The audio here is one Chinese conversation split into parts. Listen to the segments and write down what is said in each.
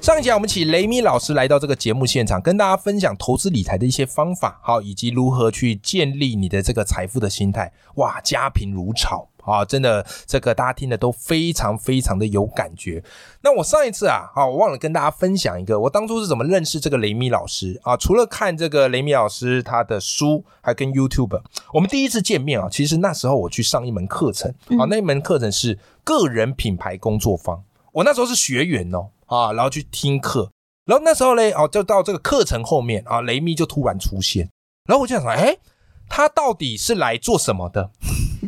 上一集啊我们请雷米老师来到这个节目现场，跟大家分享投资理财的一些方法，好，以及如何去建立你的这个财富的心态。哇，家贫如潮啊，真的，这个大家听的都非常非常的有感觉。那我上一次啊，啊，我忘了跟大家分享一个，我当初是怎么认识这个雷米老师啊？除了看这个雷米老师他的书，还跟 YouTube，我们第一次见面啊，其实那时候我去上一门课程啊，那一门课程是个人品牌工作坊。我那时候是学员哦，啊，然后去听课，然后那时候嘞，哦，就到这个课程后面啊，雷米就突然出现，然后我就想说，哎，他到底是来做什么的？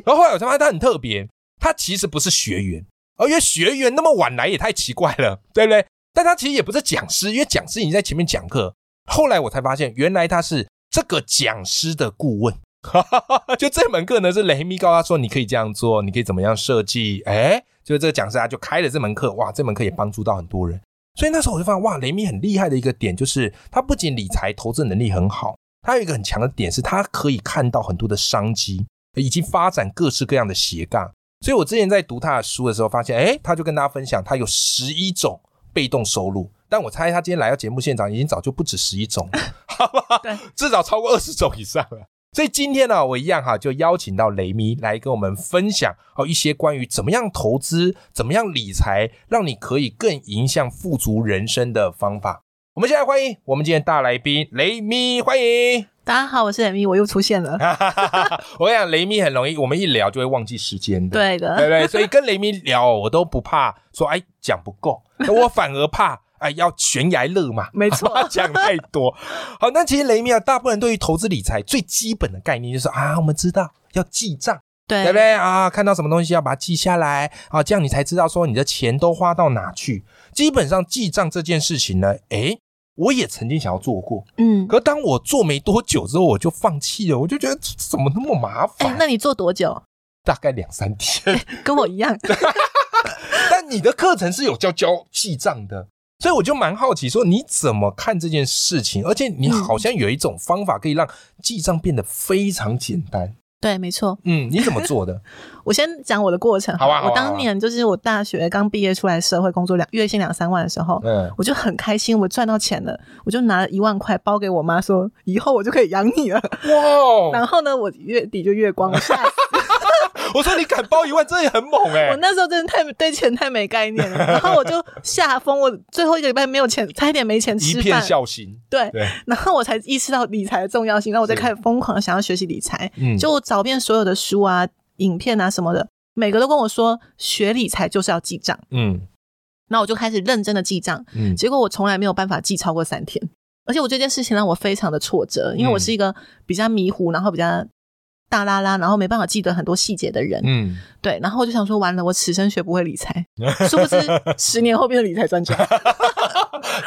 然后后来我才发现他很特别，他其实不是学员，而因为学员那么晚来也太奇怪了，对不对？但他其实也不是讲师，因为讲师已经在前面讲课。后来我才发现，原来他是这个讲师的顾问。 就这门课呢，是雷米告他说，你可以这样做，你可以怎么样设计。哎，就这个讲师啊，就开了这门课，哇，这门课也帮助到很多人。所以那时候我就发现，哇，雷米很厉害的一个点就是，他不仅理财投资能力很好，他有一个很强的点是，他可以看到很多的商机，以及发展各式各样的斜杠。所以我之前在读他的书的时候，发现，哎，他就跟大家分享，他有十一种被动收入。但我猜他今天来到节目现场，已经早就不止十一种了，好吧对？至少超过二十种以上了。所以今天呢、我一样哈，就邀请到雷米来跟我们分享哦一些关于怎么样投资、怎么样理财，让你可以更迎向富足人生的方法。我们现在欢迎我们今天大来宾雷米，欢迎。大家好，我是 E，Amy，我又出现了。啊我跟你讲，雷米很容易，我们一聊就会忘记时间的。对对的，不对？所以跟雷米聊，我都不怕说哎讲不够，我反而怕哎要悬崖勒马，没错讲太多。好，那其实雷米啊，大部分人对于投资理财最基本的概念就是啊，我们知道要记账，对对不对啊？看到什么东西要把它记下来啊，这样你才知道说你的钱都花到哪去。基本上记账这件事情呢，诶，我也曾经想要做过，嗯，可当我做没多久之后，我就放弃了，我就觉得怎么那么麻哎烦，，那你做多久？大概两三天。跟我一 样，但你的课程是有教教记账的，所以我就蛮好奇，说你怎么看这件事情？而且你好像有一种方法可以让记账变得非常简单。对，没错。嗯，你怎么做的？我先讲我的过程。好啊好啊我当年就是我大学刚毕业出来社会工作两月薪两三万的时候，嗯，我就很开心，我赚到钱了，我就拿了一万块包给我妈说，以后我就可以养你了。哇然哦！哎后呢，我月底就 月光，我吓死我说你敢包一万，这也很猛哎、我那时候真的太对钱太没概念了，然后我就吓疯，我最后一个礼拜没有钱，差一点没钱一吃片饭。孝心。对，对，然后我才意识到理财的重要性，然后我再是开始疯狂地想要学习理财，嗯，就我找遍所有的书啊、影片啊什么的，每个都跟我说学理财就是要记账，嗯那我就开始认真的记账，嗯结果我从来没有办法记超过三天，而且我这件事情让我非常的挫折，因为我嗯是一个比较迷糊，然后比较大啦啦，然后没办法记得很多细节的人， 嗯，对，然后我就想说完了，我此生学不会 理财，殊不知十年后变成理财专家。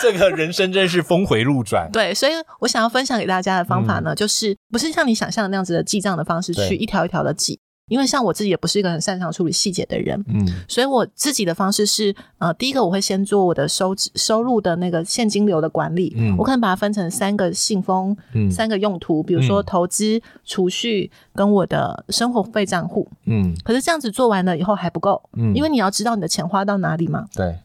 这个人生真是峰回路转。对，所以我想要分享给大家的方法呢，就是不是像你想象的那样子的记账的方式嗯对去一条一条的记，因为像我自己也不是一个很擅长处理细节的人，嗯所以我自己的方式是，呃，第一个我会先做我的收支收入的那个现金流的管理，嗯我可能把它分成三个信封，嗯三个用途，比如说嗯投资、储蓄跟我的生活费账户。嗯可是这样子做完了以后还不够，嗯因为你要知道你的钱花到哪里嘛，对，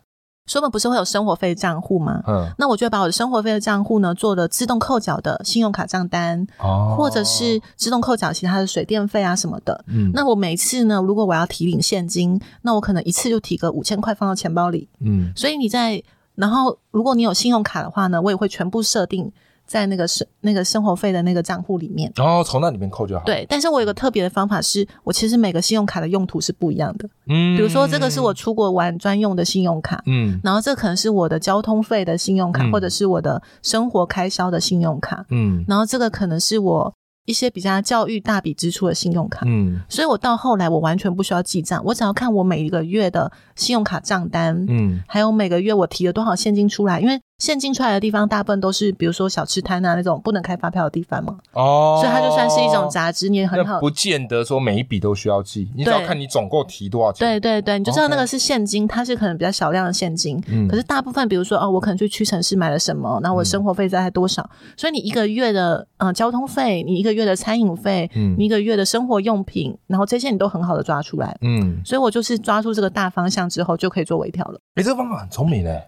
所以我们不是会有生活费账户吗？嗯那我就会把我的生活费的账户呢做了自动扣缴的信用卡账单，哦或者是自动扣缴其他的水电费啊什么的。嗯那我每次呢，如果我要提领现金，那我可能一次就提个五千块放到钱包里。嗯所以你在，然后如果你有信用卡的话呢，我也会全部设定在那个生那个生活费的那个账户里面。然后哦从那里面扣就好。，对，但是我有个特别的方法是，我其实每个信用卡的用途是不一样的。嗯比如说，这个是我出国玩专用的信用卡，嗯然后这可能是我的交通费的信用卡，嗯或者是我的生活开销的信用卡，嗯然后这个可能是我一些比较教育大笔支出的信用卡。嗯所以我到后来我完全不需要记账，我只要看我每一个月的信用卡账单，嗯还有每个月我提了多少现金出来，因为现金出来的地方大部分都是比如说小吃摊啊那种不能开发票的地方嘛，哦，所以它就算是一种杂支，你也很那好不见得说每一笔都需要记，你只要对看你总共提多少钱。对对对，你就知道那 OK 个是现金，它是可能比较少量的现金。嗯可是大部分，比如说哦，我可能去屈臣氏买了什么，然后我生活费大概多少，所以你一个月的呃交通费，你一个月的餐饮费，嗯你一个月的生活用品，然后这些你都很好的抓出来。嗯，所以我就是抓住这个大方向之后，就可以做微调了。哎、这个方法很聪明嘞，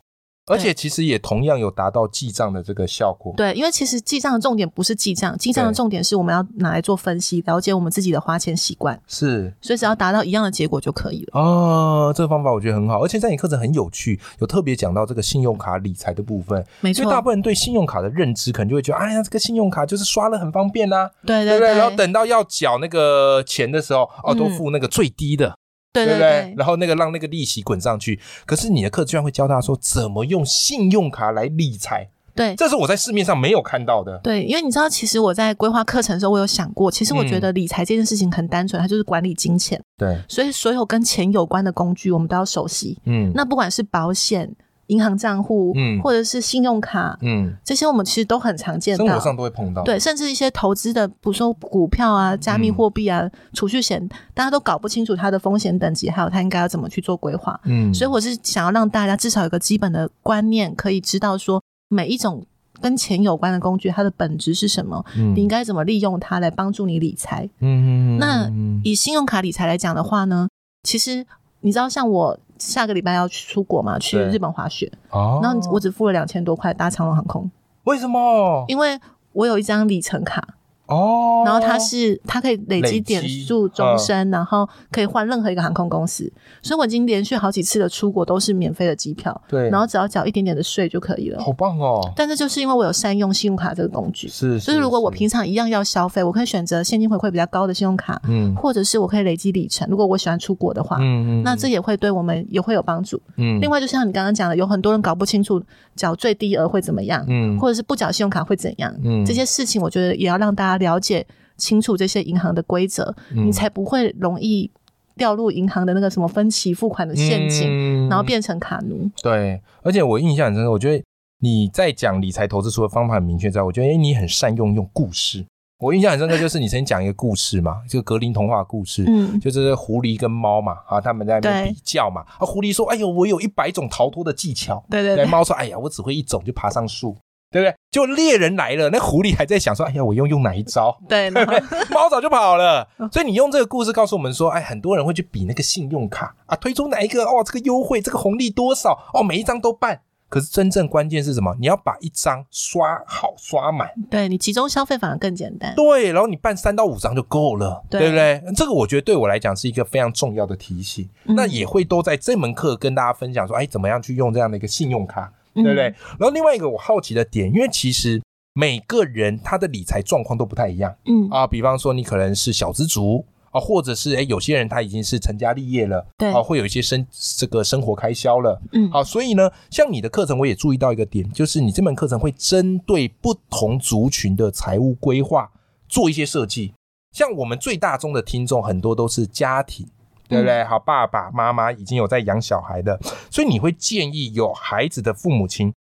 而且其实也同样有达到记账的这个效果。对，因为其实记账的重点不是记账，记账的对重点是我们要拿来做分析，了解我们自己的花钱习惯，是所以只要达到一样的结果就可以了。哦，这个方法我觉得很好，而且在你课程很有趣，有特别讲到这个信用卡理财的部分。没所以大错部，分人对信用卡的认知，可能就会觉得，哎呀，这个信用卡就是刷了很方便呐、对对不对，嗯然后等到要缴那个钱的时候，哦，都付那个最低的，对对不对，然后那个让那个利息滚上去。可是你的课居然会教大家说，怎么用信用卡来理财，对。这是我在市面上没有看到的。对，因为你知道，其实我在规划课程的时候，我有想过，其实我嗯觉得理财这件事情很单纯，它就是管理金钱，对，所以所有跟钱有关的工具我们都要熟悉。嗯，那不管是保险、银行账户，嗯或者是信用卡，嗯，这些我们其实都很常见生到活。上都会碰到。对，甚至一些投资的，比如说股票啊、加嗯密货币啊、储蓄险，大家都搞不清楚它的风险等级，还有它应该要怎么去做规划。嗯，所以我是想要让大家至少有个基本的观念，可以知道说每一种跟钱有关的工具，它的本质是什么，嗯你应该怎么利用它来帮助你理财。嗯，嗯嗯那嗯以信用卡理财来讲的话呢，其实你知道，像我下个礼拜要去出国嘛，去对日本滑雪，哦，然后我只付了两千多块搭长龙航空，为什么？因为我有一张里程卡，哦，然后它是它可以累累积嗯积点数终身，然后可以换任何一个航空公司，所以我已经连续好几次的出国都是免费的机票，对，然后只要缴一点点的税就可以了。好棒哦，但是就是因为我有善用信用卡这个工具，是，就是如果我平常一样要消费，我可以选择现金回馈比较高的信用卡，嗯或者是我可以累积里程。如果我喜欢出国的话，嗯嗯，那这也会对我们也会有帮助。嗯另外，就像你刚刚讲的，有很多人搞不清楚缴最低额会怎么样，嗯或者是不缴信用卡会怎样，嗯这些事情我觉得也要让大家了解清楚这些银行的规则，嗯你才不会容易掉入银行的那个什么分期付款的陷阱，阱然后变成卡奴。对，而且我印象很深刻，我觉得你在讲理财投资，除了方法很明确之外，我觉得诶你很善用用故事。我印象很深刻，就是你曾经讲一个故事嘛，就格林童话故事，嗯，就是狐狸跟猫嘛，啊，他们在那边对比较嘛，啊，狐狸说，哎呦，我有一百种逃脱的技巧，对对对，对，猫说，哎呀，我只会一种，就爬上树，对不对？就猎人来了，那狐狸还在想说，哎呀，我用用哪一招？ 对，然后猫早就跑了。嗯所以你用这个故事告诉我们说，哎，很多人会去比那个信用卡啊，推出哪一个哦，这个优惠，这个红利多少哦，每一张都办。可是真正关键是什么？你要把一张刷好刷满，对你集中消费反而更简单。对，然后你办三到五张就够了，对不对？这个我觉得对我来讲是一个非常重要的提醒。嗯那也会都在这门课跟大家分享说，哎，怎么样去用这样的一个信用卡，嗯对不对？然后另外一个我好奇的点，因为其实每个人他的理财状况都不太一样。嗯，啊，比方说你可能是小资族啊，或者是诶有些人他已经是成家立业了，对啊，会有一些生这个生活开销了，嗯好，所以呢，像你的课程我也注意到一个点，就是你这门课程会针对不同族群的财务规划做一些设计。像我们最大宗的听众很多都是家庭，对不嗯对？好，爸爸妈妈已经有在养小孩的，所以你会建议有孩子的父母亲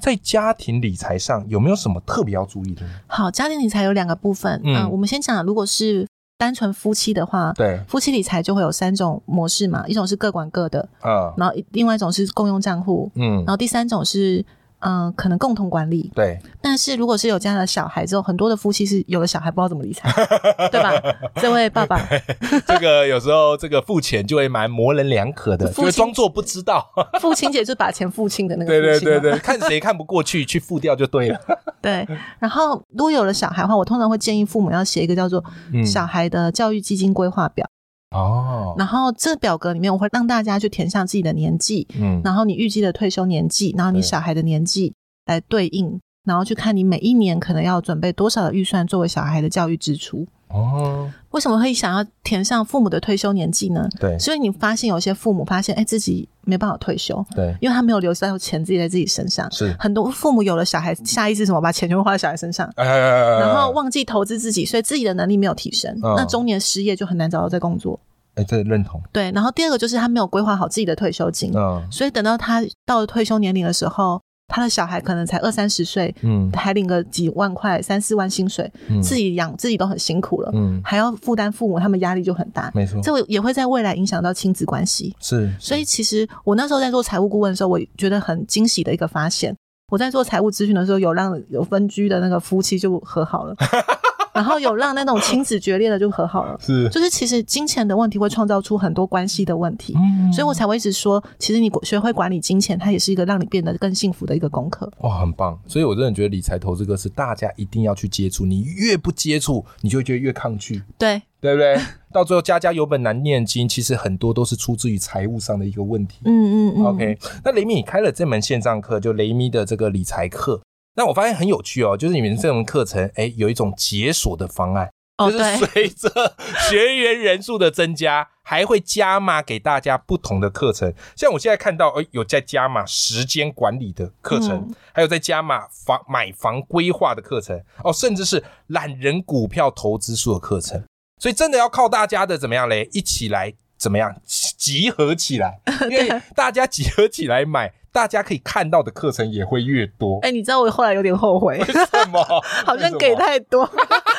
在家庭理财上有没有什么特别要注意的呢？好，家庭理财有两个部分。嗯嗯、我们先讲，如果是单纯夫妻的话，对，夫妻理财就会有三种模式嘛，一种是各管各的，啊，然后一另外一种是共用账户，嗯然，后第三种是。嗯，可能共同管理，对。但是如果是有家了小孩之后，很多的夫妻是有了小孩不知道怎么理财，对吧？这位 爸爸， 这个有时候这个付钱就会蛮模棱两可的，就父亲会装作不知 道。父亲节就是把钱付清的那个对对父亲啊对嘛对，看谁看不过去，去付掉就对了。嗯对。然后如果有了小孩的话，我通常会建议父母要写一个叫做嗯小孩的教育基金规划表，哦，然后这表格里面我会让大家去填上自己的年纪，嗯然后你预计的退休年纪，然后你对小孩的年纪来对应，然后去看你每一年可能要准备多少的预算作为小孩的教育支出。哦，为什么会想要填上父母的退休年纪呢？对所以你发现有些父母发现，哎，自己没办法退休，对因为他没有留下钱自己在自己身上。是，很多父母有了小孩，下意识什么把钱全部花在小孩身上，哎然然后忘记投资自己，所以自己的能力没有提升。嗯那中年失业就很难找到再工作。哎，这认同，对，然后第二个就是他没有规划好自己的退休金。嗯所以等到他到了退休年龄的时候，他的小孩可能才二三十岁，嗯还领个几万块、三四万薪水，嗯自己养自己都很辛苦了，嗯，还要负担父母，他们压力就很大。没错，这也会在未来影响到亲子关系。是，所以其实我那时候在做财务顾问的时候，我觉得很惊喜的一个发现。我在做财务咨询的时候，有让有分居的那个夫妻就和好了，然后有让那种亲子决裂的就和好了。是，就是其实金钱的问题会创造出很多关系的问题，嗯所以我才会一直说，其实你学会管理金钱，它也是一个让你变得更幸福的一个功课。哇，很棒！所以我真的觉得理财投资课是大家一定要去接触，你越不接触，你就会觉得越抗拒，对，对 不对？到最后家家有本难念经，其实很多都是出自于财务上的一个问题。嗯嗯嗯 OK，那雷米，你开了这门线上课，就雷米的这个理财课，那我发现很有趣哦，就是你们这门课程，哎，有一种解锁的方案，哦就是对，随着学员人数的增加，还会加码给大家不同的课程。像我现在看到，哎，有在加码时间管理的课程，嗯还有在加码房买房规划的课程，哦，甚至是懒人股票投资术的课程。所以真的要靠大家的怎么样嘞？一起来怎么样集集合起 来？因为大家集合起来买，大家可以看到的课程也会越多。 哎、你知道我后来有点后悔，什么？ 好为像什么给太多，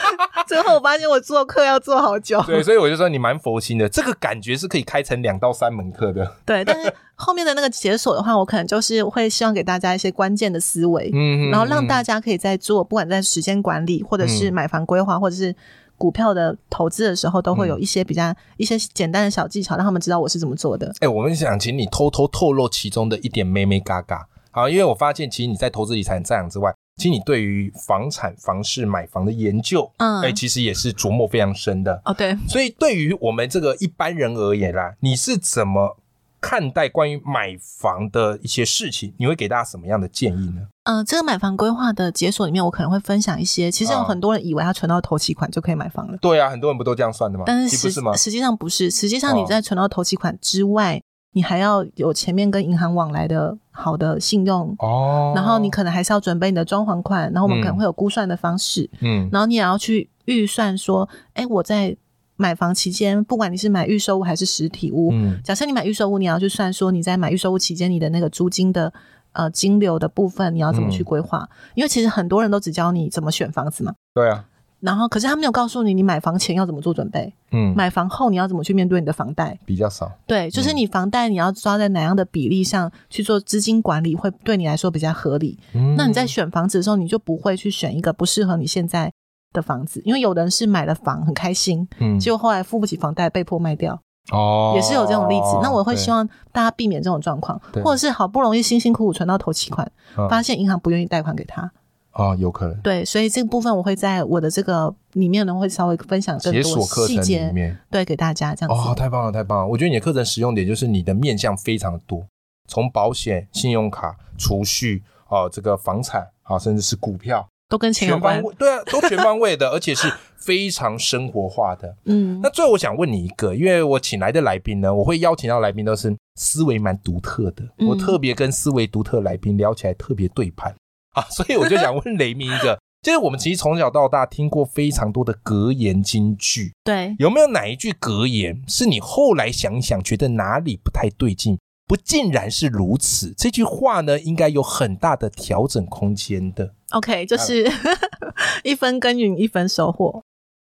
最后我发现我做课要做好久。对，所以我就说你蛮佛心的，这个感觉是可以开成两到三门课的。对，但是后面的那个解锁的话，我可能就是会希望给大家一些关键的思维，嗯然后让大家可以在做，不管在时间管理，或者是嗯买房规划，或者是股票的投资的时候，都会嗯有一些比较一些简单的小技巧，让他们知道我是怎么做的。哎、我们想请你偷偷透露其中的一点妹妹嘎嘎。好，因为我发现其实你在投资理财这样之外，其实你对于房产、房市、买房的研究，嗯哎、其实也是琢磨非常深的。哦，对，所以对于我们这个一般人而言啦，你是怎么看待关于买房的一些事情？你会给大家什么样的建议呢？嗯、这个买房规划的解锁里面，我可能会分享一些，其实有啊很多人以为他存到头期款就可以买房了，对啊，很多人不都这样算的吗？但其嗯是实不实哦是吗？实际上不是，实际上哦你在存到头期款之外，你还要有前面跟银行往来的好的信用。哦，然后你可能还是要准备你的装潢款，然后我们可嗯能会有估算的方式，嗯然后你也要去预算说，哎，我在买房期间，不管你是买预售屋还是实体屋，嗯假设你买预售屋，你要去算说你在买预售屋期间你的那个租金的呃金流的部分，你要怎嗯么去规划？因为其实很多人都只教你怎么选房子嘛，对啊，然后可是他没有告诉你你买房前要怎么做准备，嗯，买房后你要怎么去面对你的房贷。比较少，对，就是嗯你房贷你要抓在哪样的比例上去做资金管理，会对你来说比较合理。嗯那你在选房子的时候，你就不会去选一个不适合你现在的房子，因为有的人是买了房很开心，嗯结果后来付不起房贷被迫卖掉，哦也是有这种例子。那我会对希望大家避免这种状况对，或者是好不容易辛辛苦苦存到头期款，嗯发现银行不愿意贷款给他，哦，有可能对，所以这个部分我会在我的这个里面呢会稍微分享更解多锁课细程里节，面对，给大家这样哦，子。太棒了，太棒了！我觉得你的课程使用点就是你的面向非常多，从保险、信用卡、储蓄哦，这个房产啊、甚至是股票，都跟钱有全方关，位，对啊，都全方位的，而 且是非常生活化的。嗯那，最后我想问你一个，因为我请来的来宾呢，我会邀请到来宾都是思维蛮独特的，嗯我特别跟思维独特的来宾聊起来特别对盘 啊，所以我就想问雷明一个， 就是我们其实从小到大听过非常多的格言金句，对，有没有哪一句格言是你后来想一想觉得哪里不太对劲？不尽然是如此，这句话呢，应该有很大的调整空间的。 OK，就是 一分耕耘一分收获。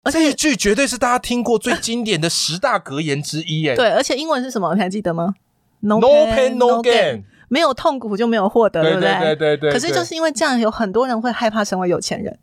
而这且一句绝对是大家听过最经典的十大格言之一耶。对，而且英文是什么？你还记得吗？No ，No pain no gain。没有痛苦就没有获得，对不对对对。可是就是因为这样，有很多人会害怕成为有钱人，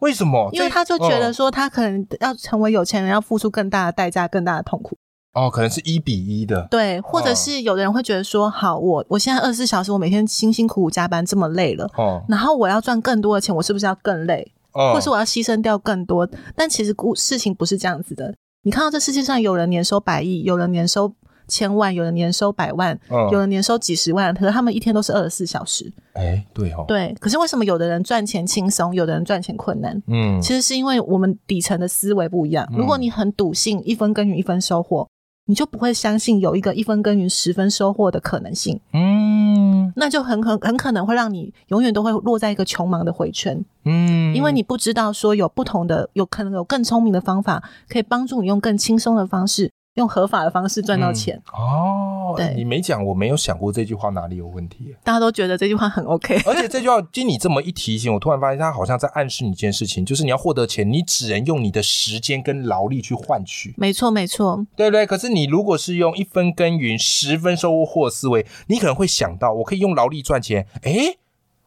为什么？因为这他就觉得哦说他可能要成为有钱人，要付出更大的代价、更大的痛苦。哦，可能是一比一的。对，或哦者是有的人会觉得说，好，我我现在二十四小时，我每天辛辛苦苦加班，这么累了。哦，然后我要赚更多的钱，我是不是要更累，哦或是我要牺牲掉更多？但其实故事情不是这样子的。你看到这世界上有人年收百亿，有人年收千万，有人年收百万，嗯有人年收几十万，可是他们一天都是二十四小时。哎，对哦，，对，可是为什么有的人赚钱轻松，有的人赚钱困难？嗯，其实是因为我们底层的思维不一样。如果嗯你很笃信一分耕耘一分收获，你就不会相信有一个一分耕耘十分收获的可能性，嗯那就很可很可能会让你永远都会落在一个穷忙的回圈，嗯，因为你不知道说有不同的，有可能有更聪明嗯的方法，可以帮助你用更轻松的方式，用合法的方式赚到钱。哦，哦对，你没讲，我没有想过这句话哪里有问题。大家都觉得这句话很 OK。 而且这句话经你这么一提醒，我突然发现他好像在暗示你一件事情，就是你要获得钱，你只能用你的时间跟劳力去换取，没错，没错，对不对？可是你如果是用一分耕耘十分收获思维，你可能会想到，我可以用劳力赚钱，诶，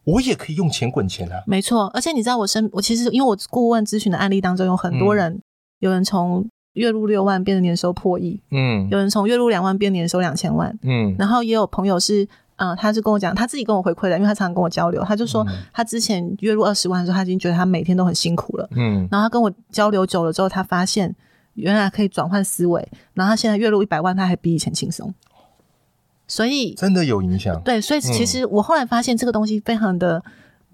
我也可以用钱滚钱啊。没错。而且你知道，我身我其实因为我顾问咨询的案例当中，有很嗯多人，有人从月入六万变得年收破亿，嗯有人从月入两万变年收两千万，嗯然后也有朋友是，嗯、他是跟我讲，他自己跟我回馈的，因为他常常跟我交流，他就说嗯他之前月入二十万的时候，他已经觉得他每天都很辛苦了，嗯，然后他跟我交流久了之后，他发现原来可以转换思维，然后他现在月入一百万，他还比以前轻松，所以真的有影响。对，所以其实我后来发现这个东西非常的。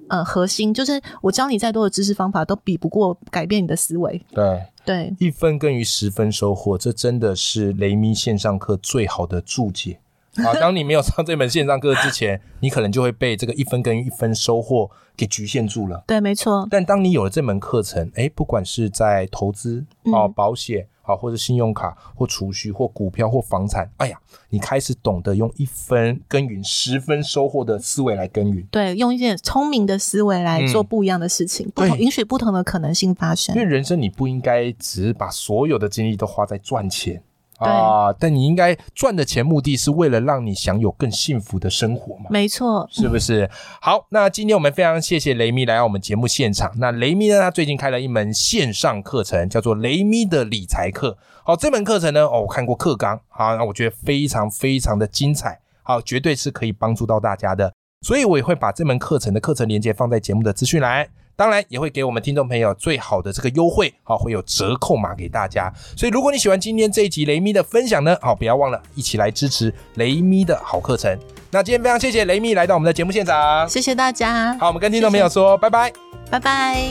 呃，核心就是我教你再多的知识方法，都比不过改变你的思维。对，对，一分耕耘十分收获，这真的是雷米线上课最好的注 解。啊，当你没有上这门线上课之前，你可能就会被这个一分耕耘一分收获给局限住了。对，没错，但当你有了这门课程，诶，不管是在投资啊、嗯保险啊，或者信用卡或储蓄或股票或房产，哎呀，你开始懂得用一分耕耘十分收获的思维来耕耘。对，用一点聪明的思维来做嗯不一样的事情，不同对允许不同的可能性发生因为。人生你不应该只把所有的精力都花在赚钱啊，但你应该赚的钱目的是为了让你享有更幸福的生活嘛。没错，是不是？好，那今天我们非常谢谢雷米来到我们节目现场。那雷米呢，他最近开了一门线上课程，叫做雷米的理财课。好，这门课程呢，哦，我看过课纲，好，那我觉得非常非常的精彩，好，绝对是可以帮助到大家的。所以我也会把这门课程的课程链接放在节目的资讯栏。当然也会给我们听众朋友最好的这个优惠，好、会有折扣码给大家。所以如果你喜欢今天这一集雷咪的分享呢，好、不要忘了一起来支持雷咪的好课程。那今天非常谢谢雷咪来到我们的节目现场，谢谢大家，好，我们跟听众朋友说拜拜。拜拜。